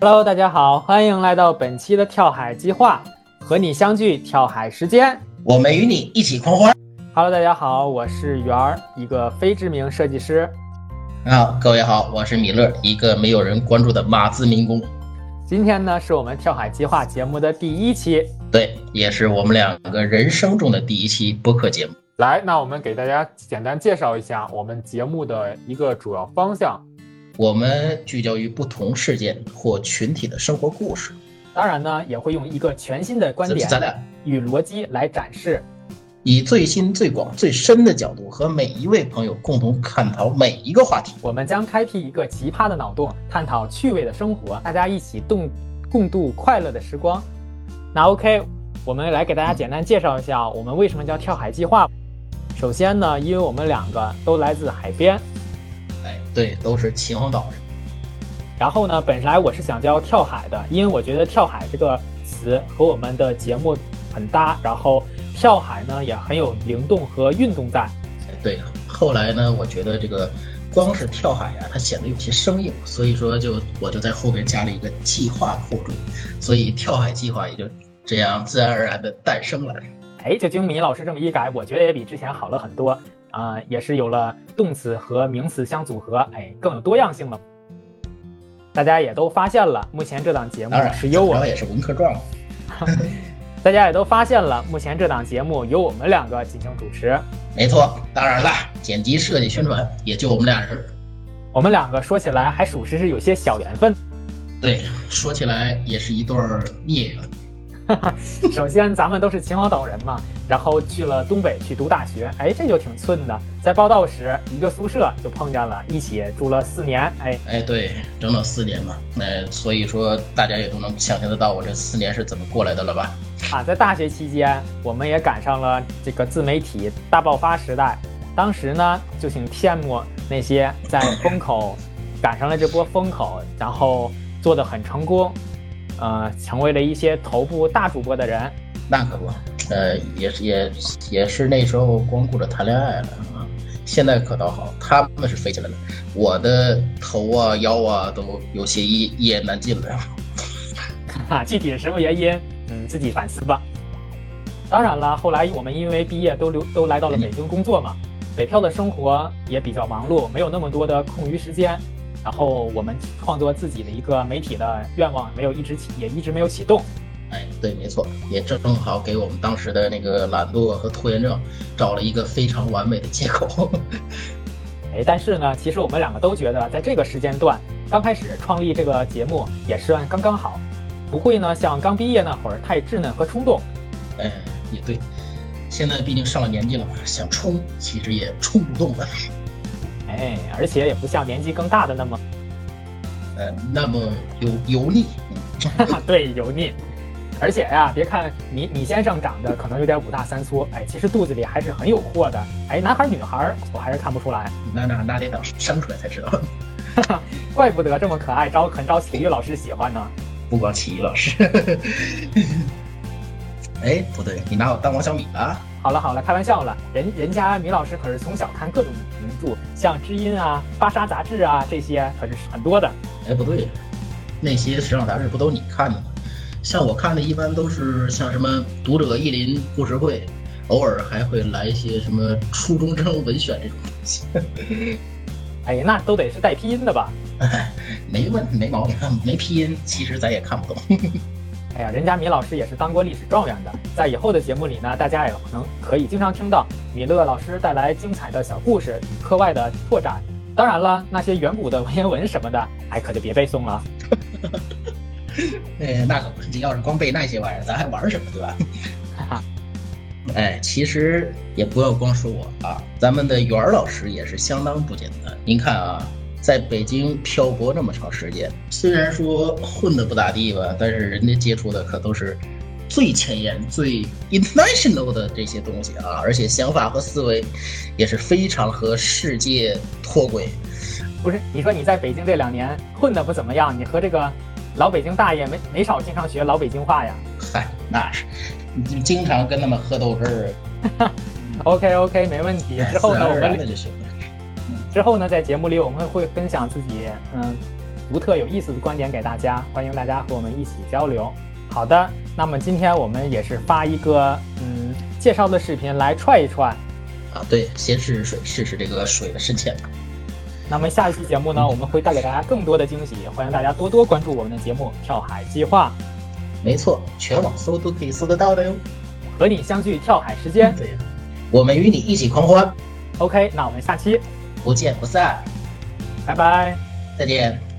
Hello，大家好，欢迎来到本期的跳海计划，和你相聚跳海时间。我们与你一起狂欢 Hello，大家好，我是圆儿，一个非知名设计师。啊！各位好，我是米勒，一个没有人关注的马字民工。今天呢，是我们跳海计划节目的第一期。对，也是我们两个人生中的第一期播客节目。来，那我们给大家简单介绍一下我们节目的一个主要方向。我们聚焦于不同事件或群体的生活故事。当然呢，也会用一个全新的观咱点咱俩与逻辑来展示。以最新、最广、最深的角度，和每一位朋友共同探讨每一个话题。我们将开辟一个奇葩的脑洞，探讨趣味的生活，大家一起共共度快乐的时光。那 OK，我们来给大家简单介绍一下我们为什么叫跳海计划。首先呢，因为我们两个都来自海边，哎，对，都是秦皇岛人。然后呢，本来我是想叫跳海的，因为我觉得跳海这个词和我们的节目很搭，然后跳海呢也很有灵动和运动在。哎对，后来呢，我觉得这个光是跳海呀、它显得有些生硬，所以说就我就在后边加了一个计划后缀，所以跳海计划也就这样自然而然的诞生了。哎，这经米老师这么一改，我觉得也比之前好了很多啊、也是有了动词和名词相组合，哎，更有多样性了。大家也都发现了，目前这档节目当然，是啊由我然后们，也是文科状。大家也都发现了，目前这档节目由我们两个进行主持。没错，当然啦，剪辑、设计、宣传也就我们俩人儿。我们两个说起来还属实是有些小缘分。对，说起来也是一对儿孽缘。首先，咱们都是秦皇岛人嘛，然后去了东北去读大学，哎，这就挺寸的。在报到时，一个宿舍就碰见了，一起住了四年，哎，哎，对，整整四年嘛，那、所以说大家也都能想象得到我这四年是怎么过来的了吧？啊，在大学期间，我们也赶上了这个自媒体大爆发时代。当时呢，就挺羡慕那些在风口赶上了这波风口，然后做得很成功，呃，成为了一些头部大主播的人。那可不，呃，也是也也是那时候光顾着谈恋爱了啊。现在可倒好，他们是飞起来了，我的头啊腰啊都有些一一言难尽了。啊，具体是什么原因，嗯，自己反思吧。当然了，后来我们因为毕业都留都来到了北京工作嘛，北漂的生活也比较忙碌，没有那么多的空余时间。然后我们创作自己的一个媒体的愿望，没有一直起也一直没有启动。哎，对，没错，也正好给我们当时的那个懒惰和拖延症找了一个非常完美的借口。 哎，但是呢，其实我们两个都觉得，在这个时间段刚开始创立这个节目也是按刚刚好，不会呢像刚毕业那会儿太稚嫩和冲动。哎，也对，现在毕竟上了年纪了嘛，想冲其实也冲不动了。哎，而且也不像年纪更大的那么呃，那么油油腻，嗯 对，油腻。而且呀、别看你你先生长得可能有点五大三粗，哎，其实肚子里还是很有货的。哎，男孩儿女孩儿我还是看不出来，嗯那那那得等生出来才知道。怪不得这么可爱，招很招体育老师喜欢呢。不光起义老师， 哎，不对，你拿我当王小米了啊？好了好了，开玩笑了，人人家米老师可是从小看各种名著，像《知音》啊、《芭莎》杂志啊这些可是很多的。哎，不对，那些时尚杂志不都你看的吗？像我看的，一般都是像什么《读者》《意林》《故事会》，偶尔还会来一些什么初中生文选这种东西。哎，那都得是带拼音的吧？没问没毛病，没拼音，其实咱也看不懂。哎呀，人家米老师也是当过历史状元的，在以后的节目里呢，大家也能可以经常听到米勒老师带来精彩的小故事与课外的拓展。当然了，那些远古的文言文什么的，哎，可就别背诵了。哎，那可不是，要是光背那些玩意儿，咱还玩什么，对吧？哈哈，哎，其实也不要光说我啊，咱们的袁儿老师也是相当不简单。您看啊，在北京漂泊那么长时间，虽然说混的不咋地吧，但是人家接触的可都是最前沿、最 international 的这些东西啊，而且想法和思维也是非常和世界脱轨。不是，你说你在北京这两年混得不怎么样，你和这个老北京大爷没没少经常学老北京话呀。嗨，那是，你就经常跟他们喝豆汁儿， OK OK，没问题。之后自呢，然我而然们的就行了。之后呢，在节目里我们会分享自己嗯独特有意思的观点给大家，欢迎大家和我们一起交流。好的，那么今天我们也是发一个嗯介绍的视频来踹一踹。啊，对，先试试水，试试这个水的深浅吧。那么下一期节目呢，我们会带给大家更多的惊喜，欢迎大家多多关注我们的节目《跳海计划没错，全网搜都可以搜得到的哟。》，和你相聚跳海时间。对，我们与你一起狂欢， OK，那我们下期不见不散，拜拜。再见。